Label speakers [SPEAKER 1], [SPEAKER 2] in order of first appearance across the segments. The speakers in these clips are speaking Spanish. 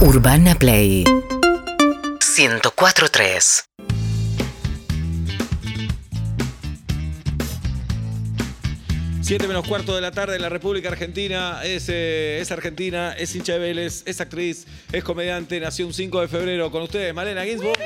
[SPEAKER 1] Urbana Play 104.3
[SPEAKER 2] 7 menos cuarto de la tarde en la República Argentina. Es, eh, es argentina, es hincha de Vélez, es actriz, es comediante. Nació un 5 de febrero con ustedes, Malena Ginsburg.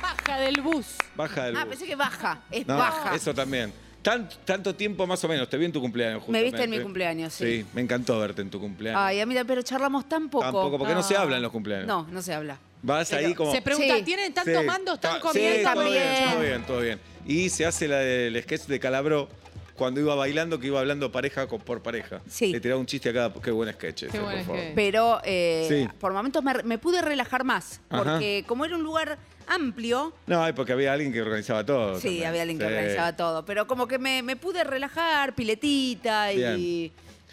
[SPEAKER 3] Baja del bus.
[SPEAKER 2] Baja del
[SPEAKER 3] Ah,
[SPEAKER 2] bus.
[SPEAKER 3] pensé que baja. Es
[SPEAKER 2] No,
[SPEAKER 3] baja.
[SPEAKER 2] Eso también. Tan- tanto tiempo más o menos. Te vi en tu cumpleaños,
[SPEAKER 3] Me viste en
[SPEAKER 2] justamente.
[SPEAKER 3] mi cumpleaños, sí.
[SPEAKER 2] Sí, me encantó verte en tu cumpleaños.
[SPEAKER 3] Ay, a mí pero charlamos tan poco.
[SPEAKER 2] Tampoco, porque no se habla en los cumpleaños.
[SPEAKER 3] No, no se habla.
[SPEAKER 2] Vas ahí como...
[SPEAKER 4] Se pregunta,
[SPEAKER 3] Sí.
[SPEAKER 4] ¿tienen, están
[SPEAKER 2] Sí.
[SPEAKER 4] tomando, están
[SPEAKER 2] Ta- sí,
[SPEAKER 4] comiendo?
[SPEAKER 2] todo bien,
[SPEAKER 3] también.
[SPEAKER 2] todo bien, todo bien. Y se hace la del sketch de Calabró cuando iba bailando, que iba hablando pareja con- por pareja.
[SPEAKER 3] Sí.
[SPEAKER 2] Le tiraba un chiste a cada... Qué buen sketch. ese,
[SPEAKER 4] Qué buen
[SPEAKER 2] por favor.
[SPEAKER 4] sketch.
[SPEAKER 3] Pero eh,
[SPEAKER 2] Sí.
[SPEAKER 3] por momentos me, me pude relajar más.
[SPEAKER 2] Ajá.
[SPEAKER 3] Porque como era un lugar amplio,
[SPEAKER 2] No, y porque había alguien que organizaba todo.
[SPEAKER 3] sí,
[SPEAKER 2] también.
[SPEAKER 3] había alguien que
[SPEAKER 2] Sí.
[SPEAKER 3] organizaba todo. Pero como que me, me pude relajar, piletita y.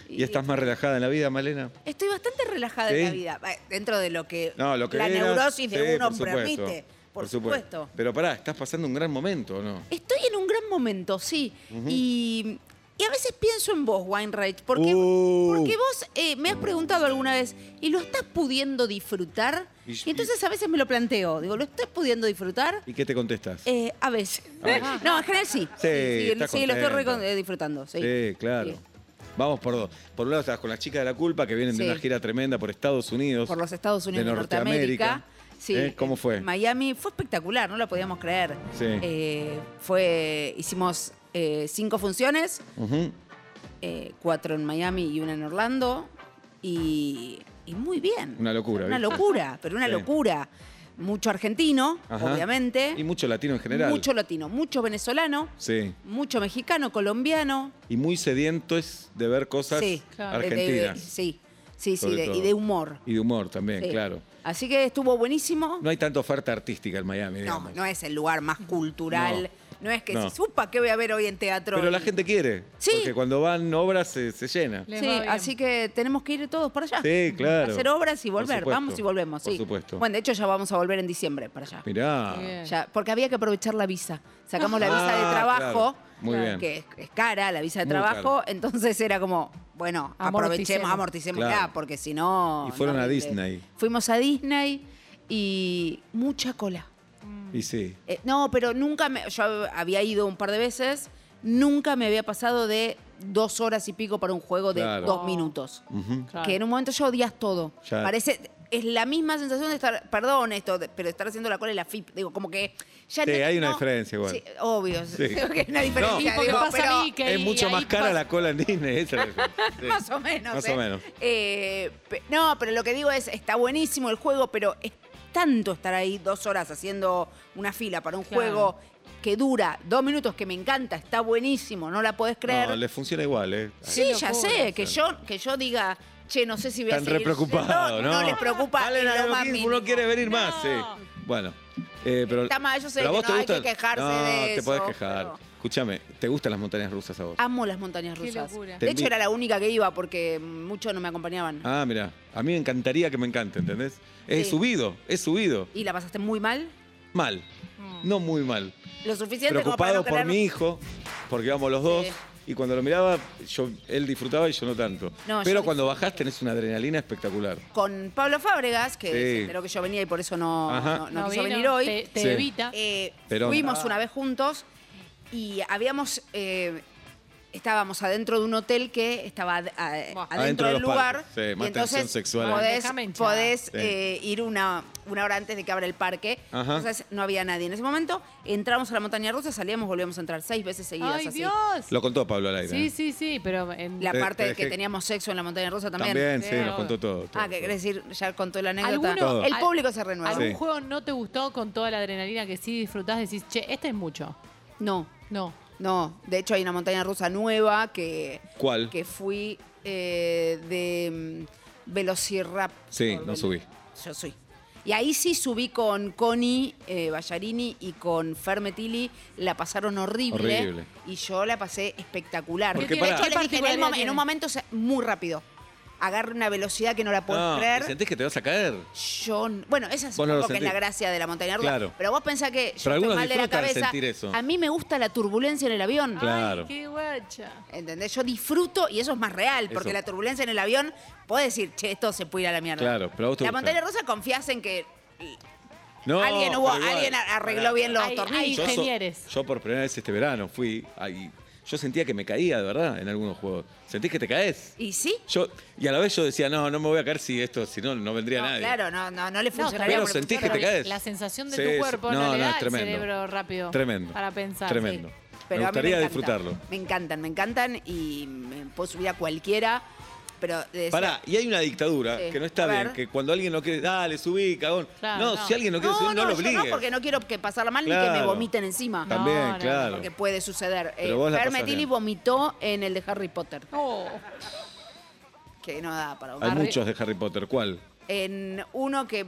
[SPEAKER 2] ¿Y estás más relajada en la vida, Malena?
[SPEAKER 3] Estoy bastante relajada
[SPEAKER 2] ¿Sí?
[SPEAKER 3] en la vida. eh, Dentro de lo que,
[SPEAKER 2] No, lo que
[SPEAKER 3] la
[SPEAKER 2] eras,
[SPEAKER 3] neurosis de
[SPEAKER 2] sí,
[SPEAKER 3] uno
[SPEAKER 2] por supuesto,
[SPEAKER 3] permite. Por, supuesto.
[SPEAKER 2] Pero pará, estás pasando un gran momento, ¿o ¿no?
[SPEAKER 3] Estoy en un gran momento, sí. y, y a veces pienso en vos, Weinreich, porque,
[SPEAKER 2] Uh.
[SPEAKER 3] porque vos eh, me has preguntado alguna vez, ¿y lo estás pudiendo disfrutar?
[SPEAKER 2] Y-
[SPEAKER 3] Y entonces a veces me lo planteo, digo, ¿lo estás pudiendo disfrutar?
[SPEAKER 2] ¿Y qué te contestas?
[SPEAKER 3] Eh, a veces.
[SPEAKER 2] Ah.
[SPEAKER 3] No, en general sí. Sí,
[SPEAKER 2] estás
[SPEAKER 3] sí, lo estoy re-
[SPEAKER 2] contenta.
[SPEAKER 3] eh, disfrutando. Sí,
[SPEAKER 2] Sí, claro.
[SPEAKER 3] Sí.
[SPEAKER 2] Vamos por dos. Por un lado estás con las chicas de la culpa que vienen de
[SPEAKER 3] Sí.
[SPEAKER 2] una gira tremenda por Estados Unidos.
[SPEAKER 3] Por los Estados Unidos
[SPEAKER 2] de
[SPEAKER 3] de Norteamérica.
[SPEAKER 2] Norteamérica.
[SPEAKER 3] Sí,
[SPEAKER 2] ¿Eh? ¿Cómo fue?
[SPEAKER 3] en Miami fue espectacular, no lo podíamos creer.
[SPEAKER 2] Sí.
[SPEAKER 3] Eh, fue, hicimos eh, cinco funciones.
[SPEAKER 2] Ujú.
[SPEAKER 3] eh, cuatro en Miami y una en Orlando. Y, y muy bien.
[SPEAKER 2] Una locura,
[SPEAKER 3] Una
[SPEAKER 2] ¿viste?
[SPEAKER 3] locura, pero una
[SPEAKER 2] Sí.
[SPEAKER 3] locura. Mucho argentino,
[SPEAKER 2] Ajá.
[SPEAKER 3] obviamente.
[SPEAKER 2] Y mucho latino en general.
[SPEAKER 3] Mucho latino, mucho venezolano,
[SPEAKER 2] Sí.
[SPEAKER 3] mucho mexicano, colombiano.
[SPEAKER 2] Y muy sedientos de ver cosas
[SPEAKER 3] sí, Eh,
[SPEAKER 4] Claro.
[SPEAKER 3] De- de-
[SPEAKER 2] argentinas.
[SPEAKER 3] sí, sí, sí,
[SPEAKER 2] sobre
[SPEAKER 3] de- y
[SPEAKER 2] todo.
[SPEAKER 3] de humor.
[SPEAKER 2] Y de humor también,
[SPEAKER 3] Sí.
[SPEAKER 2] claro.
[SPEAKER 3] Así que estuvo buenísimo.
[SPEAKER 2] No hay tanta oferta artística en Miami,
[SPEAKER 3] No,
[SPEAKER 2] digamos.
[SPEAKER 3] no es el lugar más cultural. No, es que
[SPEAKER 2] No.
[SPEAKER 3] se supa que voy a ver hoy en teatro.
[SPEAKER 2] Pero la
[SPEAKER 3] Y-
[SPEAKER 2] gente quiere.
[SPEAKER 3] Sí.
[SPEAKER 2] Porque cuando van obras se, se llena.
[SPEAKER 4] Les
[SPEAKER 3] Sí,
[SPEAKER 4] va bien.
[SPEAKER 3] así que tenemos que ir todos para allá.
[SPEAKER 2] Sí, claro.
[SPEAKER 3] Hacer obras y
[SPEAKER 2] Por
[SPEAKER 3] volver.
[SPEAKER 2] supuesto.
[SPEAKER 3] Vamos y volvemos,
[SPEAKER 2] Por
[SPEAKER 3] sí.
[SPEAKER 2] supuesto.
[SPEAKER 3] Bueno, de hecho ya vamos a volver en diciembre para allá.
[SPEAKER 2] Mirá.
[SPEAKER 4] Bien.
[SPEAKER 3] Ya, porque había que aprovechar la visa. Sacamos la
[SPEAKER 2] Ah,
[SPEAKER 3] visa de trabajo,
[SPEAKER 2] claro. Muy bien.
[SPEAKER 3] que es, es cara la visa de
[SPEAKER 2] Muy
[SPEAKER 3] trabajo,
[SPEAKER 2] cara.
[SPEAKER 3] entonces era como, bueno, aprovechemos,
[SPEAKER 4] Amorticemos.
[SPEAKER 3] amorticemos
[SPEAKER 2] Claro.
[SPEAKER 3] ya, porque si no...
[SPEAKER 2] Y fueron
[SPEAKER 3] no,
[SPEAKER 2] a
[SPEAKER 3] eh,
[SPEAKER 2] Disney.
[SPEAKER 3] Fuimos a Disney y mucha cola.
[SPEAKER 2] Y sí.
[SPEAKER 3] Eh, no, pero nunca me. Yo había ido un par de veces, nunca me había pasado de dos horas y pico para un juego de
[SPEAKER 2] Claro.
[SPEAKER 3] dos minutos.
[SPEAKER 2] Ujú.
[SPEAKER 4] Claro.
[SPEAKER 3] Que en un momento ya odias todo.
[SPEAKER 2] Ya.
[SPEAKER 3] Parece. Es la misma sensación de estar, perdón esto, de- pero estar haciendo la cola y la FIP. Digo, como que ya
[SPEAKER 2] Sí, hay una diferencia igual.
[SPEAKER 3] Sí, obvio,
[SPEAKER 2] Sí.
[SPEAKER 3] creo que hay una
[SPEAKER 4] Sí,
[SPEAKER 3] diferencia.
[SPEAKER 4] porque
[SPEAKER 3] digo,
[SPEAKER 4] pasa
[SPEAKER 3] pero-
[SPEAKER 4] a mí que
[SPEAKER 2] Es
[SPEAKER 4] ahí-
[SPEAKER 2] mucho
[SPEAKER 4] ahí
[SPEAKER 2] más cara
[SPEAKER 4] pasa-
[SPEAKER 2] la cola en Disney. esa es la- sí.
[SPEAKER 3] Más o menos.
[SPEAKER 2] Más
[SPEAKER 3] ¿eh?
[SPEAKER 2] o menos.
[SPEAKER 3] Eh, pe- no, pero lo que digo es, está buenísimo el juego, pero es tanto estar ahí dos horas haciendo una fila para un
[SPEAKER 4] Claro.
[SPEAKER 3] juego que dura dos minutos, que me encanta, está buenísimo, no la podés creer.
[SPEAKER 2] No, le funciona igual, ¿eh?
[SPEAKER 3] sí, ya
[SPEAKER 4] locura,
[SPEAKER 3] sé, que yo, que yo diga, che, no sé si voy a
[SPEAKER 2] Están re
[SPEAKER 3] seguir
[SPEAKER 2] preocupados,
[SPEAKER 3] yendo,
[SPEAKER 2] ¿no?
[SPEAKER 3] No, les preocupa
[SPEAKER 2] Dale,
[SPEAKER 3] en
[SPEAKER 2] dale,
[SPEAKER 3] lo más
[SPEAKER 2] Joaquín,
[SPEAKER 3] mínimo.
[SPEAKER 2] uno quiere venir más, sí.
[SPEAKER 4] No.
[SPEAKER 2] Bueno. eh, pero,
[SPEAKER 3] Está mal, yo sé
[SPEAKER 2] pero a
[SPEAKER 3] que
[SPEAKER 2] vos
[SPEAKER 3] no hay
[SPEAKER 2] te gusta-
[SPEAKER 3] que quejarse
[SPEAKER 2] No,
[SPEAKER 3] de
[SPEAKER 2] te podés
[SPEAKER 3] eso,
[SPEAKER 2] quejar.
[SPEAKER 3] pero-
[SPEAKER 2] Escúchame, ¿te gustan las montañas rusas a vos?
[SPEAKER 3] Amo las montañas
[SPEAKER 4] Qué
[SPEAKER 3] rusas.
[SPEAKER 4] locura.
[SPEAKER 2] Te
[SPEAKER 3] De hecho,
[SPEAKER 2] envi-
[SPEAKER 3] era la única que iba porque mm, muchos no me acompañaban.
[SPEAKER 2] Ah, mira, a mí me encantaría que me encante, ¿entendés? He
[SPEAKER 3] Sí.
[SPEAKER 2] subido, he subido.
[SPEAKER 3] ¿Y la pasaste muy mal?
[SPEAKER 2] Mal, no muy mal.
[SPEAKER 3] Lo suficiente Mm. como para
[SPEAKER 2] Preocupado
[SPEAKER 3] no
[SPEAKER 2] por
[SPEAKER 3] querer-
[SPEAKER 2] mi hijo, porque íbamos los dos.
[SPEAKER 3] Sí.
[SPEAKER 2] Y cuando lo miraba, yo, él disfrutaba y yo no tanto.
[SPEAKER 3] No,
[SPEAKER 2] Pero
[SPEAKER 3] yo
[SPEAKER 2] cuando bajás tenés una adrenalina espectacular.
[SPEAKER 3] con Pablo Fábregas, que
[SPEAKER 2] Sí.
[SPEAKER 3] se enteró que yo venía y por eso no,
[SPEAKER 2] Ajá.
[SPEAKER 3] no- no
[SPEAKER 4] No
[SPEAKER 3] quiso
[SPEAKER 4] vino,
[SPEAKER 3] venir hoy.
[SPEAKER 4] Te, te
[SPEAKER 2] Sí.
[SPEAKER 4] evita.
[SPEAKER 3] Eh,
[SPEAKER 2] Perón.
[SPEAKER 3] fuimos una vez juntos y habíamos. eh, estábamos adentro de un hotel que estaba ad- a- adentro,
[SPEAKER 2] Adentro de
[SPEAKER 3] del
[SPEAKER 2] los
[SPEAKER 3] lugar.
[SPEAKER 2] parques. Sí,
[SPEAKER 3] y
[SPEAKER 2] más tensión sexual.
[SPEAKER 3] Podés,
[SPEAKER 4] Déjame hinchada.
[SPEAKER 3] podés,
[SPEAKER 2] Sí.
[SPEAKER 3] eh, ir una, una hora antes de que abra el parque.
[SPEAKER 2] Ajá.
[SPEAKER 3] Entonces no había nadie. En ese momento entramos a la montaña rusa, salíamos, volvíamos a entrar seis veces seguidas.
[SPEAKER 4] ¡Ay,
[SPEAKER 3] así.
[SPEAKER 4] Dios!
[SPEAKER 2] Lo contó Pablo al aire.
[SPEAKER 4] Sí,
[SPEAKER 2] ¿eh?
[SPEAKER 4] sí, sí, pero en-
[SPEAKER 3] La
[SPEAKER 2] Te-
[SPEAKER 3] parte
[SPEAKER 2] te
[SPEAKER 3] de que
[SPEAKER 2] dejé-
[SPEAKER 3] teníamos sexo en la montaña rusa también.
[SPEAKER 2] Eh, También, sí,
[SPEAKER 4] Sí,
[SPEAKER 2] nos
[SPEAKER 4] obvio.
[SPEAKER 2] contó todo. todo,
[SPEAKER 3] Ah, que
[SPEAKER 2] todo.
[SPEAKER 3] querés decir, ya contó la anécdota.
[SPEAKER 4] ¿Alguno-
[SPEAKER 2] Todo.
[SPEAKER 3] El público se renueva.
[SPEAKER 4] ¿Algún
[SPEAKER 2] Sí.
[SPEAKER 4] juego no te gustó con toda la adrenalina que sí disfrutás? Decís, che, este es mucho.
[SPEAKER 3] No,
[SPEAKER 4] No.
[SPEAKER 3] no. De hecho, hay una montaña rusa nueva que,
[SPEAKER 2] ¿Cuál?
[SPEAKER 3] que fui eh, de mm, Velociraptor.
[SPEAKER 2] Sí, no subí.
[SPEAKER 3] Yo soy. Y ahí sí subí con Connie eh, Ballarini y con Fer Metilli. La pasaron horrible.
[SPEAKER 2] Horrible.
[SPEAKER 3] Y yo la pasé espectacular.
[SPEAKER 2] Porque
[SPEAKER 3] de
[SPEAKER 2] pará.
[SPEAKER 3] hecho,
[SPEAKER 2] ¿Qué
[SPEAKER 3] les dije, en, el
[SPEAKER 4] particularidad
[SPEAKER 3] mom- en
[SPEAKER 4] tiene?
[SPEAKER 3] un momento, se- muy rápido. agarre una velocidad que no la puedes
[SPEAKER 2] No,
[SPEAKER 3] creer.
[SPEAKER 2] ¿Sentís que te vas a caer?
[SPEAKER 3] Yo, n- bueno, esa
[SPEAKER 2] Vos no lo
[SPEAKER 3] supongo que es la
[SPEAKER 2] sentís.
[SPEAKER 3] gracia de la montaña rusa.
[SPEAKER 2] Claro.
[SPEAKER 3] Pero vos pensás que yo
[SPEAKER 2] Pero
[SPEAKER 3] estoy
[SPEAKER 2] algunos
[SPEAKER 3] mal de la
[SPEAKER 2] disfrutan
[SPEAKER 3] cabeza.
[SPEAKER 2] sentir eso.
[SPEAKER 3] A mí me gusta la turbulencia en el avión.
[SPEAKER 2] Claro.
[SPEAKER 4] Ay, qué guacha.
[SPEAKER 3] ¿Entendés? Yo disfruto y eso es más real, porque
[SPEAKER 2] Eso.
[SPEAKER 3] la turbulencia en el avión, podés decir, che, esto se puede ir a la mierda.
[SPEAKER 2] Claro, pero a vos te
[SPEAKER 3] La
[SPEAKER 2] gusta.
[SPEAKER 3] montaña rusa confías en que
[SPEAKER 2] No,
[SPEAKER 3] alguien, hubo-
[SPEAKER 2] pero igual.
[SPEAKER 3] alguien arregló
[SPEAKER 2] Pará.
[SPEAKER 3] bien los
[SPEAKER 4] Hay- hay
[SPEAKER 3] tornillos.
[SPEAKER 2] Yo so-
[SPEAKER 4] Ingenieres.
[SPEAKER 2] Yo, por primera vez este verano fui ahí. Yo sentía que me caía, de verdad, en algunos juegos. ¿Sentís que te caes?
[SPEAKER 3] ¿Y sí?
[SPEAKER 2] Yo, y a la vez yo decía, no, no me voy a caer si esto, si no, no vendría
[SPEAKER 3] No,
[SPEAKER 2] nadie.
[SPEAKER 3] claro, no, no, no le funcionaría.
[SPEAKER 2] Pero
[SPEAKER 3] porque
[SPEAKER 2] sentís que
[SPEAKER 3] funciona
[SPEAKER 2] te
[SPEAKER 3] bien.
[SPEAKER 2] caes.
[SPEAKER 4] La sensación de
[SPEAKER 2] Sí,
[SPEAKER 4] tu
[SPEAKER 2] sí.
[SPEAKER 4] cuerpo
[SPEAKER 2] No,
[SPEAKER 4] no, le
[SPEAKER 2] no,
[SPEAKER 4] da
[SPEAKER 2] es tremendo.
[SPEAKER 4] el cerebro rápido.
[SPEAKER 2] Tremendo.
[SPEAKER 4] Para pensar.
[SPEAKER 2] Tremendo.
[SPEAKER 3] Pero
[SPEAKER 2] me
[SPEAKER 3] a mí
[SPEAKER 2] gustaría
[SPEAKER 3] encanta.
[SPEAKER 2] disfrutarlo.
[SPEAKER 3] Me encantan, me encantan y me puedo subir a cualquiera. Pero de-
[SPEAKER 2] Pará, y hay una dictadura
[SPEAKER 3] Sí,
[SPEAKER 2] que no está
[SPEAKER 3] a
[SPEAKER 2] bien,
[SPEAKER 3] ver.
[SPEAKER 2] que cuando alguien no quiere, dale, subí, cagón.
[SPEAKER 4] Claro,
[SPEAKER 2] no,
[SPEAKER 4] no.
[SPEAKER 2] si alguien no quiere subir, no, lo
[SPEAKER 3] yo
[SPEAKER 2] obligues.
[SPEAKER 3] no, porque no quiero que pasarla mal ni que me
[SPEAKER 2] Claro.
[SPEAKER 3] vomiten encima.
[SPEAKER 4] No,
[SPEAKER 2] También,
[SPEAKER 4] no,
[SPEAKER 2] claro.
[SPEAKER 3] Porque puede suceder. Eh,
[SPEAKER 2] Pero vos la
[SPEAKER 3] Fer
[SPEAKER 2] pasás
[SPEAKER 3] Metilli
[SPEAKER 2] bien.
[SPEAKER 3] vomitó en el de Harry Potter,
[SPEAKER 4] Oh,
[SPEAKER 3] que no da para
[SPEAKER 2] Hay
[SPEAKER 3] vomitar.
[SPEAKER 4] Arre-
[SPEAKER 2] muchos de Harry Potter. ¿Cuál?
[SPEAKER 3] En uno que.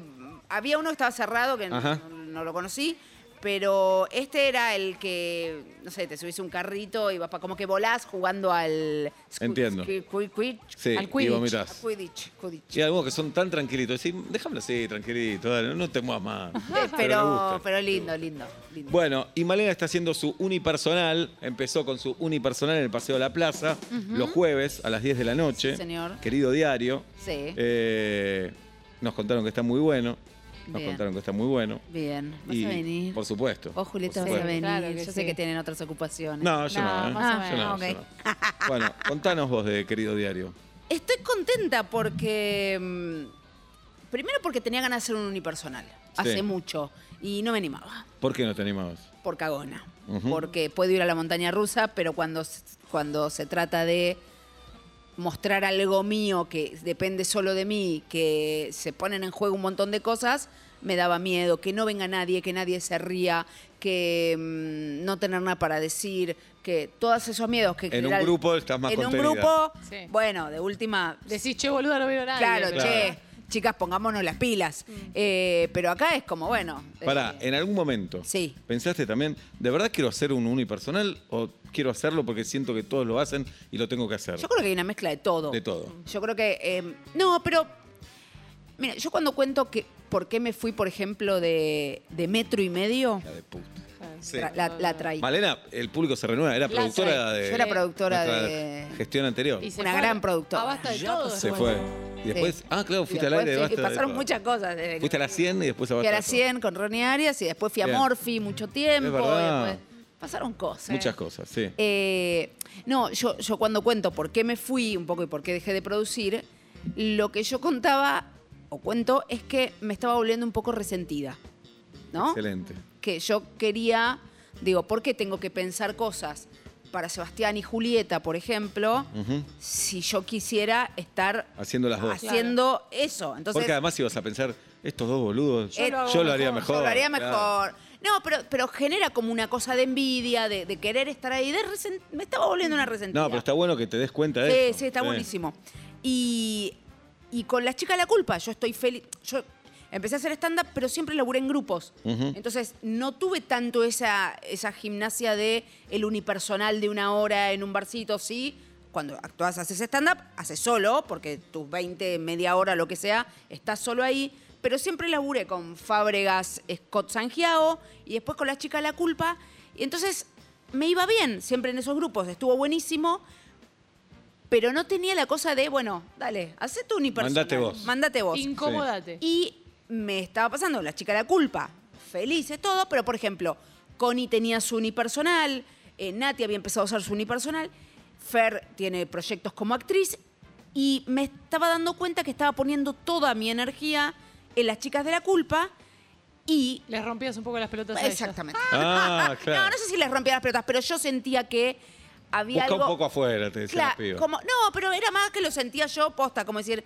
[SPEAKER 3] Había uno que estaba cerrado, que no,
[SPEAKER 2] Ajá.
[SPEAKER 3] no lo conocí, pero este era el que, no sé, te subís a un carrito y vas pa- como que volás jugando al. squi-
[SPEAKER 2] Entiendo.
[SPEAKER 3] squi- squi- squi-
[SPEAKER 2] Sí,
[SPEAKER 4] Al
[SPEAKER 2] y
[SPEAKER 4] Quidditch.
[SPEAKER 2] vomitas.
[SPEAKER 3] Quidditch, Quidditch.
[SPEAKER 2] Y algunos que son tan tranquilitos. Decís, déjamelo así, tranquilito, dale, no te muevas más.
[SPEAKER 3] Eh,
[SPEAKER 2] me
[SPEAKER 3] pero,
[SPEAKER 2] gusta.
[SPEAKER 3] pero lindo, lindo, lindo.
[SPEAKER 2] Bueno, y Malena está haciendo su unipersonal. Empezó con su unipersonal en el Paseo de la Plaza los jueves a las 10 de la noche.
[SPEAKER 3] Sí, señor.
[SPEAKER 2] Querido diario.
[SPEAKER 3] Sí.
[SPEAKER 2] Eh, nos contaron que está muy bueno. Nos
[SPEAKER 3] Bien.
[SPEAKER 2] contaron que está muy bueno.
[SPEAKER 3] Bien, vas
[SPEAKER 2] Y,
[SPEAKER 3] a venir.
[SPEAKER 2] Por supuesto.
[SPEAKER 3] Vos,
[SPEAKER 2] por
[SPEAKER 3] Julieta, vas a
[SPEAKER 2] supuesto.
[SPEAKER 3] venir.
[SPEAKER 4] Claro que
[SPEAKER 3] yo
[SPEAKER 4] sí.
[SPEAKER 3] sé que tienen otras ocupaciones.
[SPEAKER 2] No, yo no.
[SPEAKER 4] No,
[SPEAKER 2] ¿eh?
[SPEAKER 4] más o
[SPEAKER 2] Yo no,
[SPEAKER 3] menos.
[SPEAKER 2] yo
[SPEAKER 3] Ok.
[SPEAKER 2] no. Bueno, contanos vos de querido diario.
[SPEAKER 3] Estoy contenta porque. mm, Primero porque tenía ganas de hacer un unipersonal. Hace mucho. Y no me animaba.
[SPEAKER 2] ¿Por qué no te animabas?
[SPEAKER 3] Por cagona.
[SPEAKER 2] Ujú.
[SPEAKER 3] Porque puedo ir a la montaña rusa, pero cuando, s- cuando se trata de mostrar algo mío que depende solo de mí, que se ponen en juego un montón de cosas, me daba miedo, que no venga nadie, que nadie se ría, que mm, no tener nada para decir, que todos esos miedos que...
[SPEAKER 2] En un grupo estás más
[SPEAKER 3] En
[SPEAKER 2] contenida.
[SPEAKER 3] un grupo,
[SPEAKER 4] Sí.
[SPEAKER 3] bueno, de última...
[SPEAKER 4] Decís, che, boludo, no veo nada.
[SPEAKER 3] Claro,
[SPEAKER 2] Claro.
[SPEAKER 3] che, chicas, pongámonos las pilas. Eh, pero acá es como, bueno... eh,
[SPEAKER 2] Pará, en algún momento.
[SPEAKER 3] Sí.
[SPEAKER 2] ¿Pensaste también, de verdad quiero hacer un unipersonal o quiero hacerlo porque siento que todos lo hacen y lo tengo que hacer?
[SPEAKER 3] Yo creo que hay una mezcla de todo.
[SPEAKER 2] De todo.
[SPEAKER 3] Yo creo que. eh, no, pero. Mira, yo cuando cuento que por qué me fui, por ejemplo, de, de metro y medio,
[SPEAKER 2] La de puta. Sí.
[SPEAKER 3] tra- la, la traí.
[SPEAKER 2] Malena, el público se renueva, era
[SPEAKER 4] La
[SPEAKER 2] productora
[SPEAKER 4] soy.
[SPEAKER 2] de.
[SPEAKER 3] Yo era productora
[SPEAKER 2] nuestra
[SPEAKER 3] de-
[SPEAKER 2] Gestión anterior.
[SPEAKER 4] Y se
[SPEAKER 3] Una
[SPEAKER 4] fue.
[SPEAKER 3] gran productora.
[SPEAKER 4] Ah, basta de
[SPEAKER 2] Ya
[SPEAKER 4] todo.
[SPEAKER 2] se
[SPEAKER 4] después.
[SPEAKER 2] fue. Y después,
[SPEAKER 3] Sí.
[SPEAKER 2] ah, claro,
[SPEAKER 3] Y
[SPEAKER 2] fuiste al
[SPEAKER 3] después,
[SPEAKER 2] aire de
[SPEAKER 3] sí,
[SPEAKER 2] Basta
[SPEAKER 3] y
[SPEAKER 2] de
[SPEAKER 3] pasaron
[SPEAKER 2] Todo.
[SPEAKER 3] muchas cosas. desde que
[SPEAKER 2] Fuiste a
[SPEAKER 3] me
[SPEAKER 2] las
[SPEAKER 3] fui.
[SPEAKER 2] 100 y después a
[SPEAKER 3] Fui
[SPEAKER 2] Basta
[SPEAKER 3] a las
[SPEAKER 2] de Todo.
[SPEAKER 3] 100 con Ronnie Arias y después fui a
[SPEAKER 2] Bien.
[SPEAKER 3] Morphy mucho tiempo.
[SPEAKER 2] Es
[SPEAKER 3] y
[SPEAKER 2] verdad.
[SPEAKER 3] después- pasaron cosas.
[SPEAKER 2] Muchas cosas, sí.
[SPEAKER 3] Eh, no, yo, yo cuando cuento por qué me fui un poco y por qué dejé de producir, lo que yo contaba o cuento es que me estaba volviendo un poco resentida. ¿No?
[SPEAKER 2] Excelente.
[SPEAKER 3] Que yo quería, digo, ¿por qué tengo que pensar cosas para Sebastián y Julieta, por ejemplo,
[SPEAKER 2] Ujú.
[SPEAKER 3] si yo quisiera estar
[SPEAKER 2] Haciendo las dos.
[SPEAKER 3] haciendo eso? Ah, Entonces, eh,
[SPEAKER 2] Porque además ibas a pensar, estos dos boludos,
[SPEAKER 3] Yo
[SPEAKER 2] yo,
[SPEAKER 3] lo hago
[SPEAKER 2] lo haría
[SPEAKER 4] mejor,
[SPEAKER 2] mejor.
[SPEAKER 3] yo lo haría
[SPEAKER 2] claro.
[SPEAKER 3] mejor. No, pero, pero genera como una cosa de envidia, de, de querer estar ahí. de resen- me estaba volviendo una resentida.
[SPEAKER 2] No, pero está bueno que te des cuenta de
[SPEAKER 3] Sí,
[SPEAKER 2] eso.
[SPEAKER 3] sí, está buenísimo. Y, y con las chicas de la culpa, yo estoy feliz. Yo empecé a hacer stand-up, pero siempre laburé en grupos.
[SPEAKER 2] Ujú.
[SPEAKER 3] Entonces, no tuve tanto esa, esa gimnasia de el unipersonal de una hora en un barcito, sí. Cuando actúas, haces stand-up, haces solo, porque tus 20, media hora, lo que sea, estás solo ahí. Pero siempre laburé con Fábregas, Scott Sangiao y después con las chicas de la culpa. Y entonces me iba bien siempre en esos grupos, estuvo buenísimo, pero no tenía la cosa de, bueno, dale, hacé tu unipersonal.
[SPEAKER 2] Mandate vos.
[SPEAKER 3] Mandate vos.
[SPEAKER 4] Incomodate.
[SPEAKER 3] Y me estaba pasando la chica la culpa. Felices todo, pero por ejemplo, Connie tenía su unipersonal, eh, Nati había empezado a usar su unipersonal, Fer tiene proyectos como actriz y me estaba dando cuenta que estaba poniendo toda mi energía en las chicas de la culpa y...
[SPEAKER 4] Les rompías un poco las pelotas a ellas.
[SPEAKER 3] Exactamente.
[SPEAKER 2] Ah, claro.
[SPEAKER 3] No, no sé si les rompía las pelotas, pero yo sentía que había
[SPEAKER 2] Busca
[SPEAKER 3] algo...
[SPEAKER 2] un poco afuera, te decía
[SPEAKER 3] Claro,
[SPEAKER 2] la piba.
[SPEAKER 3] como, no, pero era más que lo sentía yo posta, como decir,